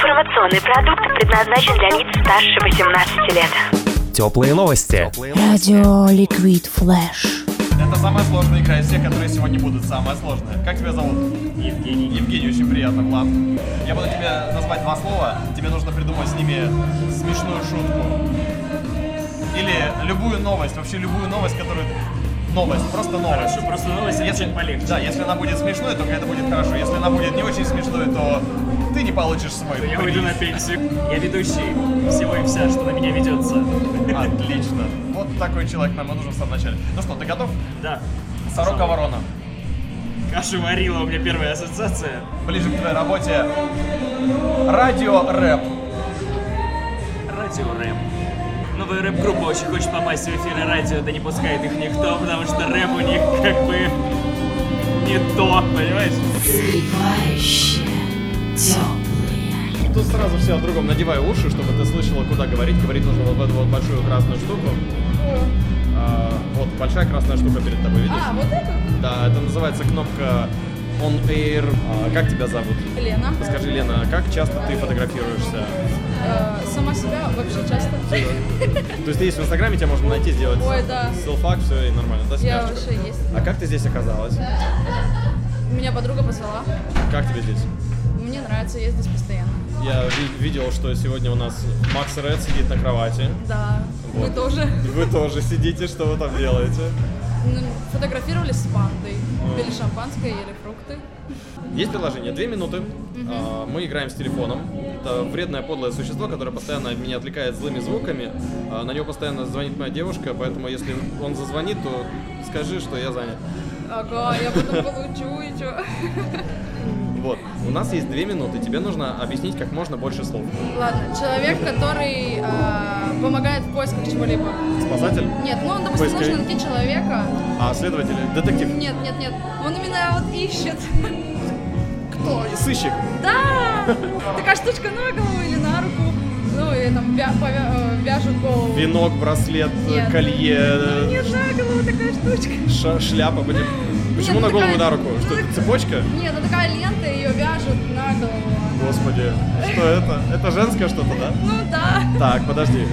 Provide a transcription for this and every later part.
Информационный продукт предназначен для лиц старше 18 лет. Теплые новости. Радио Ликвид Флэш. Это самая сложная игра из всех, которые сегодня будут. Самая сложная. Как тебя зовут? Евгений. Евгений, очень приятно, Влад. Я буду тебе назвать два слова. Тебе нужно придумать с ними смешную шутку. Или любую новость, вообще любую новость, которую... ты- Новость, просто новость. Хорошо, просто новость Если, очень полегче. да, если она будет смешной, то это будет хорошо. Если она будет не очень смешной, то ты не получишь свой Я приз. уйду на пенсию. Я ведущий всего и вся, что на меня ведется. А. Отлично. Вот такой человек нам и нужен в самом начале. Ну что, ты готов? Да. Сорока ворона. Каша варила у меня первая ассоциация. Ближе к твоей работе. Радио рэп. Радио рэп. Новая рэп-группа очень хочет попасть в эфиры радио, да не пускает их никто, потому что рэп у них как бы не то, понимаешь? Согревающее, теплое, Тут сразу все о другом. Надевай уши, чтобы ты слышала, куда говорить. Говорить нужно вот в эту вот большую красную штуку. А, вот большая красная штука перед тобой, видишь? А, вот это? Да, это называется кнопка On Air. А, как тебя зовут? Лена. Скажи, Лена, как часто ты фотографируешься? Э, сама себя вообще часто. То есть ты есть в Инстаграме, тебя можно найти, сделать Ой, да. селфак, все, и нормально, да, Я снимашечка? вообще есть. А как ты здесь оказалась? Меня подруга позвала. Как тебе здесь? Мне нравится, я здесь постоянно. Я ви- видел, что сегодня у нас Макс Ред сидит на кровати. Да. Вот. Мы тоже. Вы тоже сидите, что вы там делаете? Ну, Фотографировались с пандой. Пили шампанское, ели фрукты. Есть приложение, две минуты. А, Мы играем с телефоном. Это вредное подлое существо, которое постоянно меня отвлекает злыми звуками. А, На него постоянно звонит моя девушка, поэтому если он зазвонит, то скажи, что я занят. Ага, я потом получу и чё. Вот. У нас есть две минуты. Тебе нужно объяснить как можно больше слов. Ладно, человек, который э, помогает в поисках чего-либо. Спасатель? Нет, ну, допустим, Поисковик. нужно найти человека. А следователь? Детектив? Нет, нет, нет. Он именно вот ищет. Кто? Сыщик? Да! Такая штучка на голову или на руку. Ну, и там вя- повя- э, вяжут голову. Венок, браслет, Нет. колье, Нет, на голову такая штучка. ша- шляпа. будет. Почему на голову и на руку? Что, это цепочка? Нет, ну такая лента, ее вяжут на голову. Господи, что это? Это женское что-то, да? Ну да. Так, подожди.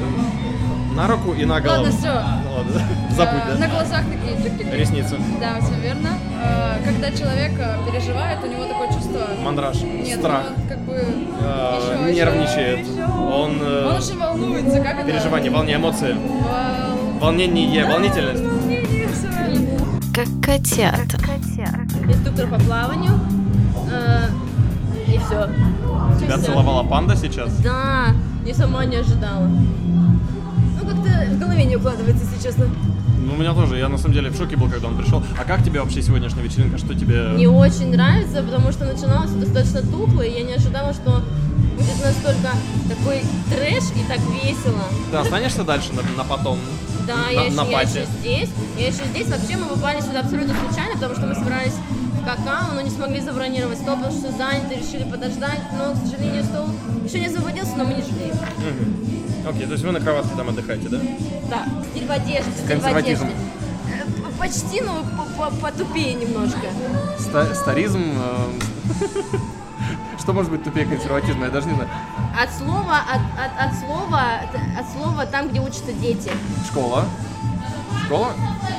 На руку и на голову. Ладно, всё. Ладно, забудь, Э, да? На глазах такие чик-чик-чик. Ресницы. Да, все верно. Э, Когда человек э, переживает, у него такое чувство... Мандраж. Нет, Страх. ну, он как бы... Э, ещё, ещё, нервничает. ещё. Он, э, Он очень волнуется, как это... Переживание, волне, эмоции. Вол- Волнение, волнительность. Волнение, всё верно. как котята. инструктор по плаванию. Э, И все. Тебя целовала панда сейчас? Да, я сама не ожидала. Ну, как-то в голове не укладывается, если честно. Ну, у меня тоже. Я на самом деле в шоке был, когда он пришел. А как тебе вообще сегодняшняя вечеринка? Что тебе... Мне очень нравится, потому что начиналось всё достаточно тухло, и я не ожидала, что будет настолько такой трэш и так весело. Ты останешься дальше на, на потом? Да, На- я, еще, на я пати. еще здесь. Я еще здесь. Вообще мы попали сюда абсолютно случайно, потому что мы собирались в какао, но не смогли забронировать стол, потому что заняты, решили подождать. Но, к сожалению, стол еще не заводился, но мы не жалеем. Окей, то есть вы на кроватке там отдыхаете, да? Да, стиль в одежде, стиль в Консерватизм. одежде. Э, п- Почти, но по- по- потупее немножко. Ста- старизм... эм, Что может быть тупее консерватизма? Я даже не знаю. От слова, от, от, от слова, от, от слова там, где учатся дети. Школа. Школа?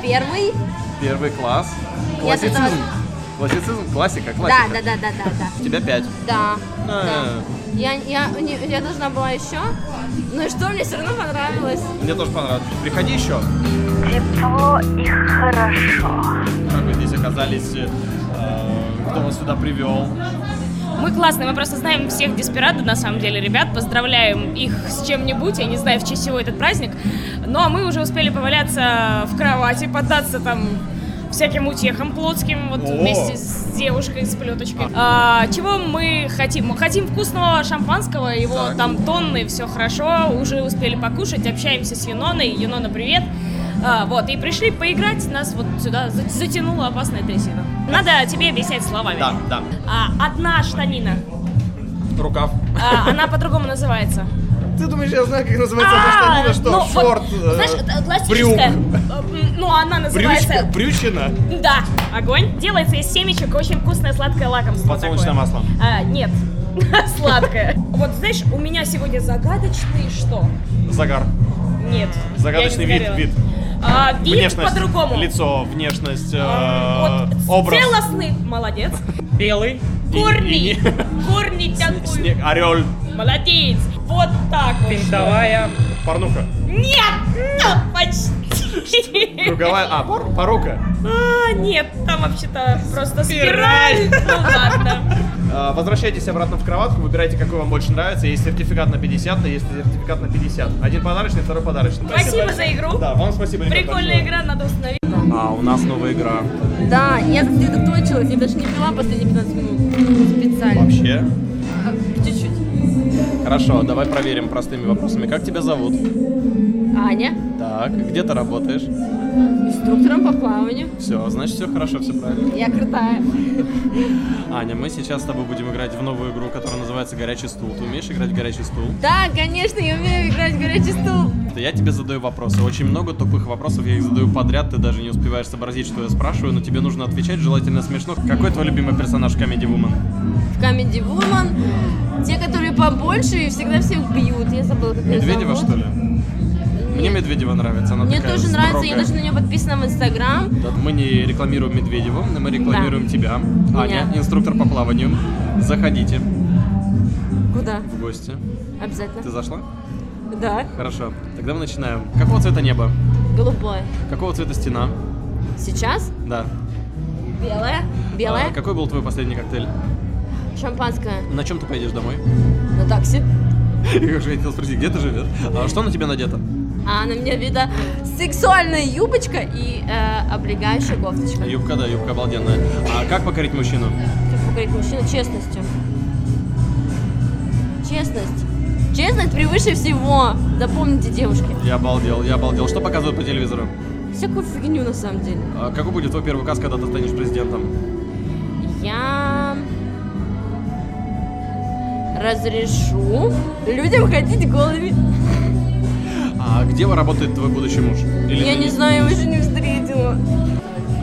Первый. Первый класс. Я с этого- Классицизм. Классицизм, классика, Да, классика. да, да, да, да, да. У тебя пять. Да. А, Я, я, не- я должна была еще. Ну и что, мне все равно понравилось. Мне тоже понравилось. Приходи еще. Тепло и хорошо. Как вы здесь оказались? э, Кто вас сюда привел? Мы классные, мы просто знаем всех Деспирадо, на самом деле, ребят. Поздравляем их с чем-нибудь, я не знаю, в честь чего этот праздник. Ну, а мы уже успели поваляться в кровати, поддаться там всяким утехам плотским, вот О! вместе с девушкой, с плеточкой. А, чего мы хотим? Мы хотим вкусного шампанского, его Так. там тонны, все хорошо, уже успели покушать, общаемся с Юноной. Юнона, привет! А, вот, и пришли поиграть, нас вот сюда за- затянула опасная трясина. Надо тебе объяснять словами. Да, да. А, одна штанина. Рукав. А, она по-другому называется. Ты думаешь, я знаю, как называется эта А, штанина? Что? ну, вот, Шорт? э, Знаешь, это эластическая. Э, Ну, она Брючка? называется... Брючина? Да, огонь. Делается из семечек, очень вкусное сладкое лакомство. Подсолнечное такое. масло. А, Нет, Сладкое. Вот знаешь, у меня сегодня загадочный что? Загар. Нет. Загадочный я не вид, загорела. вид. А, вид Внешность, по-другому. лицо, внешность, э, А, вот образ. Целостный. Молодец. Белый. Корни. и- Корни такой. Снег, орел, Молодец. Вот так вот. Винтовая. порнуха. Нет, ну почти. Круговая, а, пор- порука. А, нет, там вообще-то просто спираль. Ну ладно. Э, Возвращайтесь обратно в кроватку, выбирайте, какой вам больше нравится. Есть сертификат на 50, есть сертификат на 50. Один подарочный, второй подарочный. Спасибо за игру. Да, вам спасибо, ребят, Прикольная большое. игра, надо установить. А, у нас новая игра. Да, я сосредоточилась, я даже не пила последние 15 минут. Ну, Специально. Вообще. А, Чуть-чуть. Хорошо, давай проверим простыми вопросами. Как тебя зовут? Аня, Так, где ты работаешь? инструктором по плаванию. Все, значит, все хорошо, все правильно. Я крутая. Аня, мы сейчас с тобой будем играть в новую игру, которая называется «Горячий стул». Ты умеешь играть в «Горячий стул»? Да, конечно, я умею играть в горячий стул. Да Я тебе задаю вопросы. Очень много тупых вопросов, я их задаю подряд, ты даже не успеваешь сообразить, что я спрашиваю, но тебе нужно отвечать, желательно смешно. Какой твой любимый персонаж в Comedy Woman? В Comedy Woman те, которые побольше и всегда всех бьют. Я забыла, как её Медведева, зовут. что ли? Мне Медведева нравится, она Мне такая тоже нравится, я строгая. даже на нее подписана в Инстаграм. Да, Мы не рекламируем Медведеву, но мы рекламируем тебя. Аня, инструктор по плаванию. Заходите Куда? в гости. Ты Обязательно. зашла? Да. Хорошо. Тогда мы начинаем. Какого цвета небо? Голубое. Какого цвета стена? Сейчас Да. белое. А, Белое. какой был твой последний коктейль? Шампанское. На чем ты поедешь домой? На такси. Я уже хотел спросить, где ты живешь? А что на тебя надето? А на меня вида сексуальная юбочка и э, облегающая кофточка. А Юбка, да, юбка обалденная. А как покорить мужчину? Как говорит мужчина, честностью. Честность. Честность превыше всего. Запомните, девушки. Я обалдел, я обалдел. Что показывают по телевизору? Всякую фигню на самом деле. А какой будет твой первый указ, когда ты станешь президентом? Я разрешу Ну, людям ходить голыми. А где работает твой будущий муж? Или Я ты не знаю, я его еще не встретила.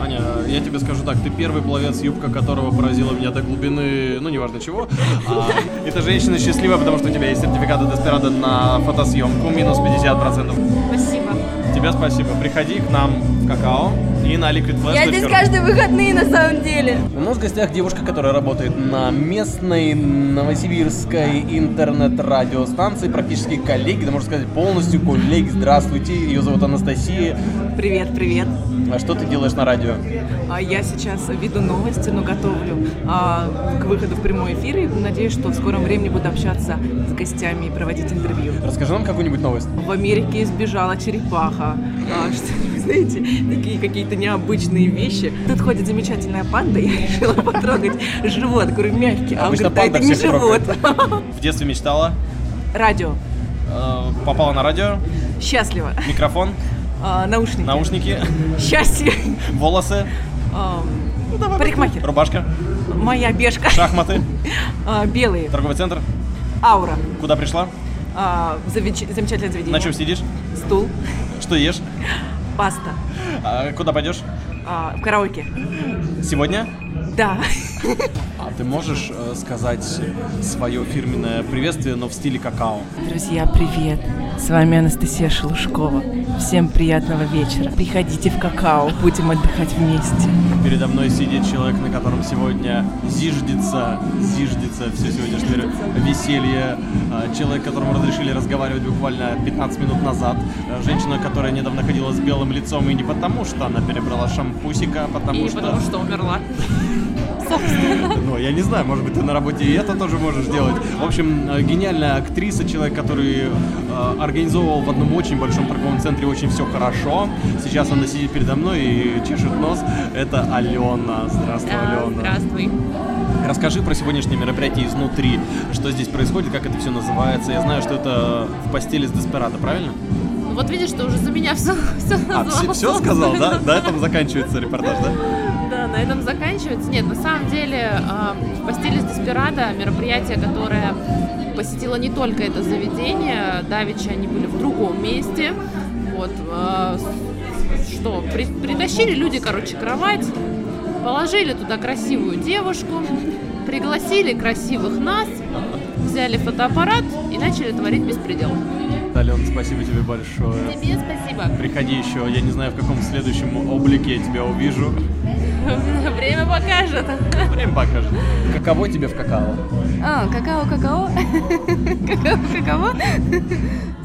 Аня, я тебе скажу так, ты первый пловец, юбка которого поразила меня до глубины, ну, неважно чего. А, эта женщина счастлива, потому что у тебя есть сертификат Деспирада на фотосъемку, минус 50%. Спасибо. Тебе спасибо. Приходи к нам в какао и на Liquid Flash. Я здесь каждые выходные на самом деле. У нас в гостях девушка, которая работает на местной новосибирской интернет-радиостанции, практически коллеги, да можно сказать, полностью коллеги. Здравствуйте, ее зовут Анастасия. Привет, привет. А что ты делаешь на радио? А Я сейчас веду новости, но готовлю а, к выходу в прямой эфир и надеюсь, что в скором времени буду общаться с гостями и проводить интервью. Расскажи нам какую-нибудь новость. В Америке избежала черепаха. А, что, вы знаете, такие какие-то необычные вещи. Тут ходит замечательная панда, я решила потрогать живот. Говорю, мягкий. А он Обычно говорит, панда да это не всех живот. В детстве мечтала, Радио. э, попала на радио, Счастливо. микрофон, А, Наушники. наушники, Счастье. волосы, А, Парикмахер. рубашка, Моя бешка. шахматы, А, Белые. торговый центр. Аура. Куда пришла? А, завеч- замечательное заведение. На чем сидишь? Стул, Что ешь? паста, А, куда пойдешь? а, в караоке. Сегодня? Да. А ты можешь э, сказать свое фирменное приветствие, но в стиле какао? Друзья, привет. С вами Анастасия Шелушкова. Всем приятного вечера. Приходите в какао, будем отдыхать вместе. Передо мной сидит человек, на котором сегодня зиждется, зиждется все сегодняшнее веселье. Э, Человек, которому разрешили разговаривать буквально 15 минут назад. Э, Женщина, которая недавно ходила с белым лицом, и не потому, что она перебрала шампусика, а потому что... что умерла. Ну, я не знаю, может быть, ты на работе и это тоже можешь делать. В общем, э, гениальная актриса, человек, который э, организовывал в одном очень большом торговом центре очень все хорошо. Сейчас она сидит передо мной и чешет нос. Это Алена. Здравствуй, Алена. Здравствуй. Расскажи про сегодняшнее мероприятие изнутри. Что здесь происходит, как это все называется. Я знаю, что это в постели с Деспирадо, правильно? Ну, Вот видишь, ты уже за меня все, все А, все, сказал, да? На этом заканчивается репортаж, да? Да, на этом заканчивается. Нет, на самом деле э, в постели с Деспирадо мероприятие, которое посетило не только это заведение, Давича они были в другом месте. Вот, э, с- что, при- притащили люди, короче, кровать, положили туда красивую девушку, Пригласили красивых нас, взяли фотоаппарат и начали творить беспредел. Ален, спасибо тебе большое. Тебе спасибо. Приходи еще, я не знаю, в каком следующем облике я тебя увижу. Время покажет. Время покажет. Каково тебе в какао? А, какао-какао. Какао-какао.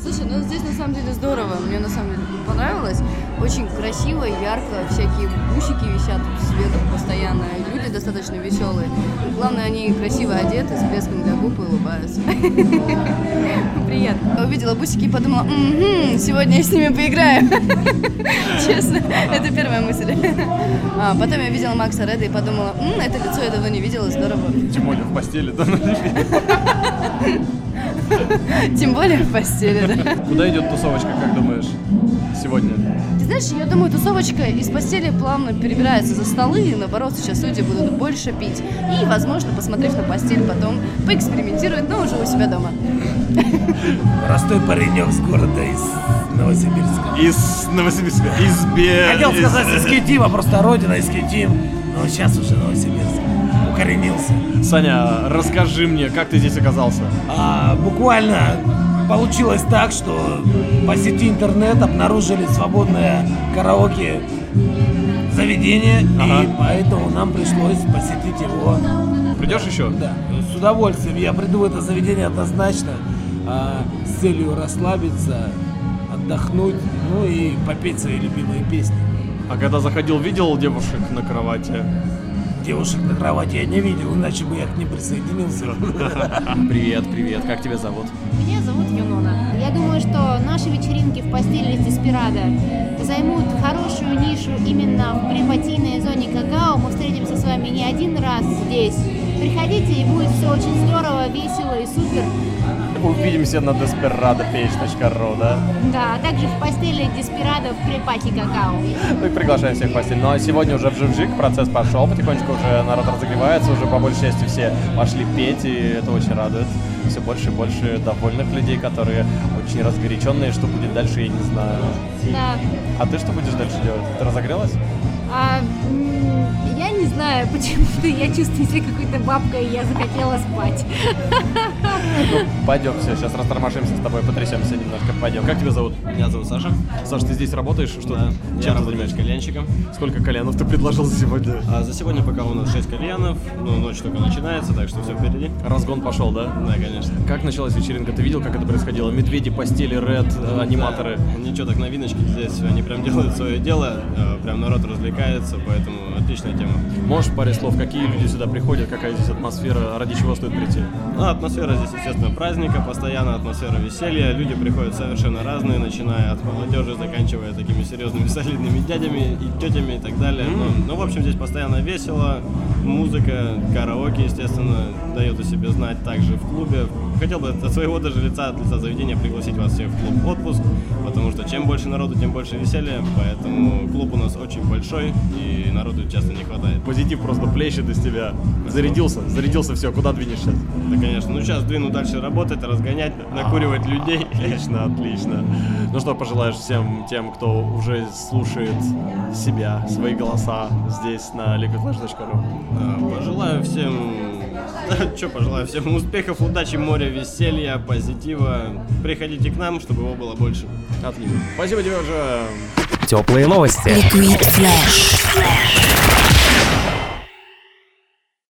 Слушай, ну здесь на самом деле здорово. Мне на самом деле понравилось. Очень красиво, ярко, всякие бусики висят с ветром постоянно. Люди достаточно веселые. Главное, они красиво одеты, с блеском для губ и улыбаются. Приятно. Я увидела бусики и подумала, «Мгм, сегодня я с ними поиграю. Честно, это первая мысль. А, потом я видела Макса Реда и подумала, «М, это лицо я давно не видела, здорово. Тем более в постели. да? Тем более в постели, да. Куда идет тусовочка, как думаешь, сегодня? Ты знаешь, я думаю, тусовочка из постели плавно перебирается за столы, и наоборот, сейчас люди будут больше пить. И, возможно, посмотрев на постель, потом поэкспериментируют, но уже у себя дома. Простой паренек с города из Новосибирска. Из Новосибирска. Из Бе... Хотел из- сказать из Китима, просто родина из Китим. Но сейчас уже Новосибирск. Укоренился. Саня, расскажи мне, как ты здесь оказался? А, буквально получилось так, что по сети интернет обнаружили свободное караоке заведение, и Ага. поэтому нам пришлось посетить его. Придешь еще? Да, Ну, с удовольствием я приду в это заведение однозначно а, с целью расслабиться, отдохнуть, ну и попеть свои любимые песни. А когда заходил, видел девушек на кровати? Девушек на кровати я не видел, иначе бы я к ним присоединился. Привет, привет, как тебя зовут? Меня зовут Юнона. Я думаю, что наши вечеринки в постели с Деспирадо займут хорошую нишу именно в припатийной зоне какао. Мы встретимся с вами не один раз здесь. Приходите, и будет все очень здорово, весело и супер. Увидимся на desperadoph.ru, да? Да, а также в постели Деспирадо в припате какао. Ну и приглашаем всех в постель. Ну а сегодня уже в жик процесс пошел, потихонечку уже народ разогревается, уже по большей части все пошли петь, и это очень радует. Все больше и больше довольных людей, которые очень разгоряченные, что будет дальше, я не знаю. Да. А ты что будешь дальше делать? Ты разогрелась? А, м, я не знаю, почему-то я чувствую себя какой-то бабкой, и я захотела спать. Пойдем, все, сейчас растормошимся с тобой, потрясемся немножко, пойдем. Как тебя зовут? Меня зовут Саша. Саш, ты здесь работаешь? Что ты? Чем ты занимаешься? кальянщиком. Сколько кальянов ты предложил сегодня? А, за сегодня пока у нас 6 кальянов, ну, ночь только начинается, так что все впереди. Разгон пошел, да? Да, конечно. Как началась вечеринка? Ты видел, как это происходило? Медведи, постели, ред, э, аниматоры. Ничего так, новиночки здесь, они прям делают свое дело, Э, прям народ развлекается, поэтому отличная тема. Можешь паре слов, какие люди сюда приходят, какая здесь атмосфера, ради чего стоит прийти? Ну, атмосфера здесь, естественно, праздника, постоянно атмосфера веселья. Люди приходят совершенно разные, начиная от молодежи, заканчивая такими серьезными, солидными дядями и тетями и так далее. Ну, ну, в общем, здесь постоянно весело. Музыка, караоке, естественно, дает о себе знать также в клубе. Хотел бы от своего даже лица, от лица заведения пригласить вас всех в клуб отпуск, потому что чем больше народу, тем больше веселья, поэтому клуб у нас очень большой и народу часто не хватает. Позитив просто плещет из тебя. Зарядился, зарядился, все, куда двинешь сейчас? Да, конечно. Ну, сейчас двину дальше работать, разгонять, накуривать людей. Отлично, отлично. Ну что пожелаешь всем тем, кто уже слушает себя, свои голоса здесь на liquidflash.ru? А, Пожелаю всем... Да, что пожелаю всем? Успехов, удачи, моря, веселья, позитива. Приходите к нам, чтобы его было больше. Отлично. Спасибо тебе уже. Liquid Flash.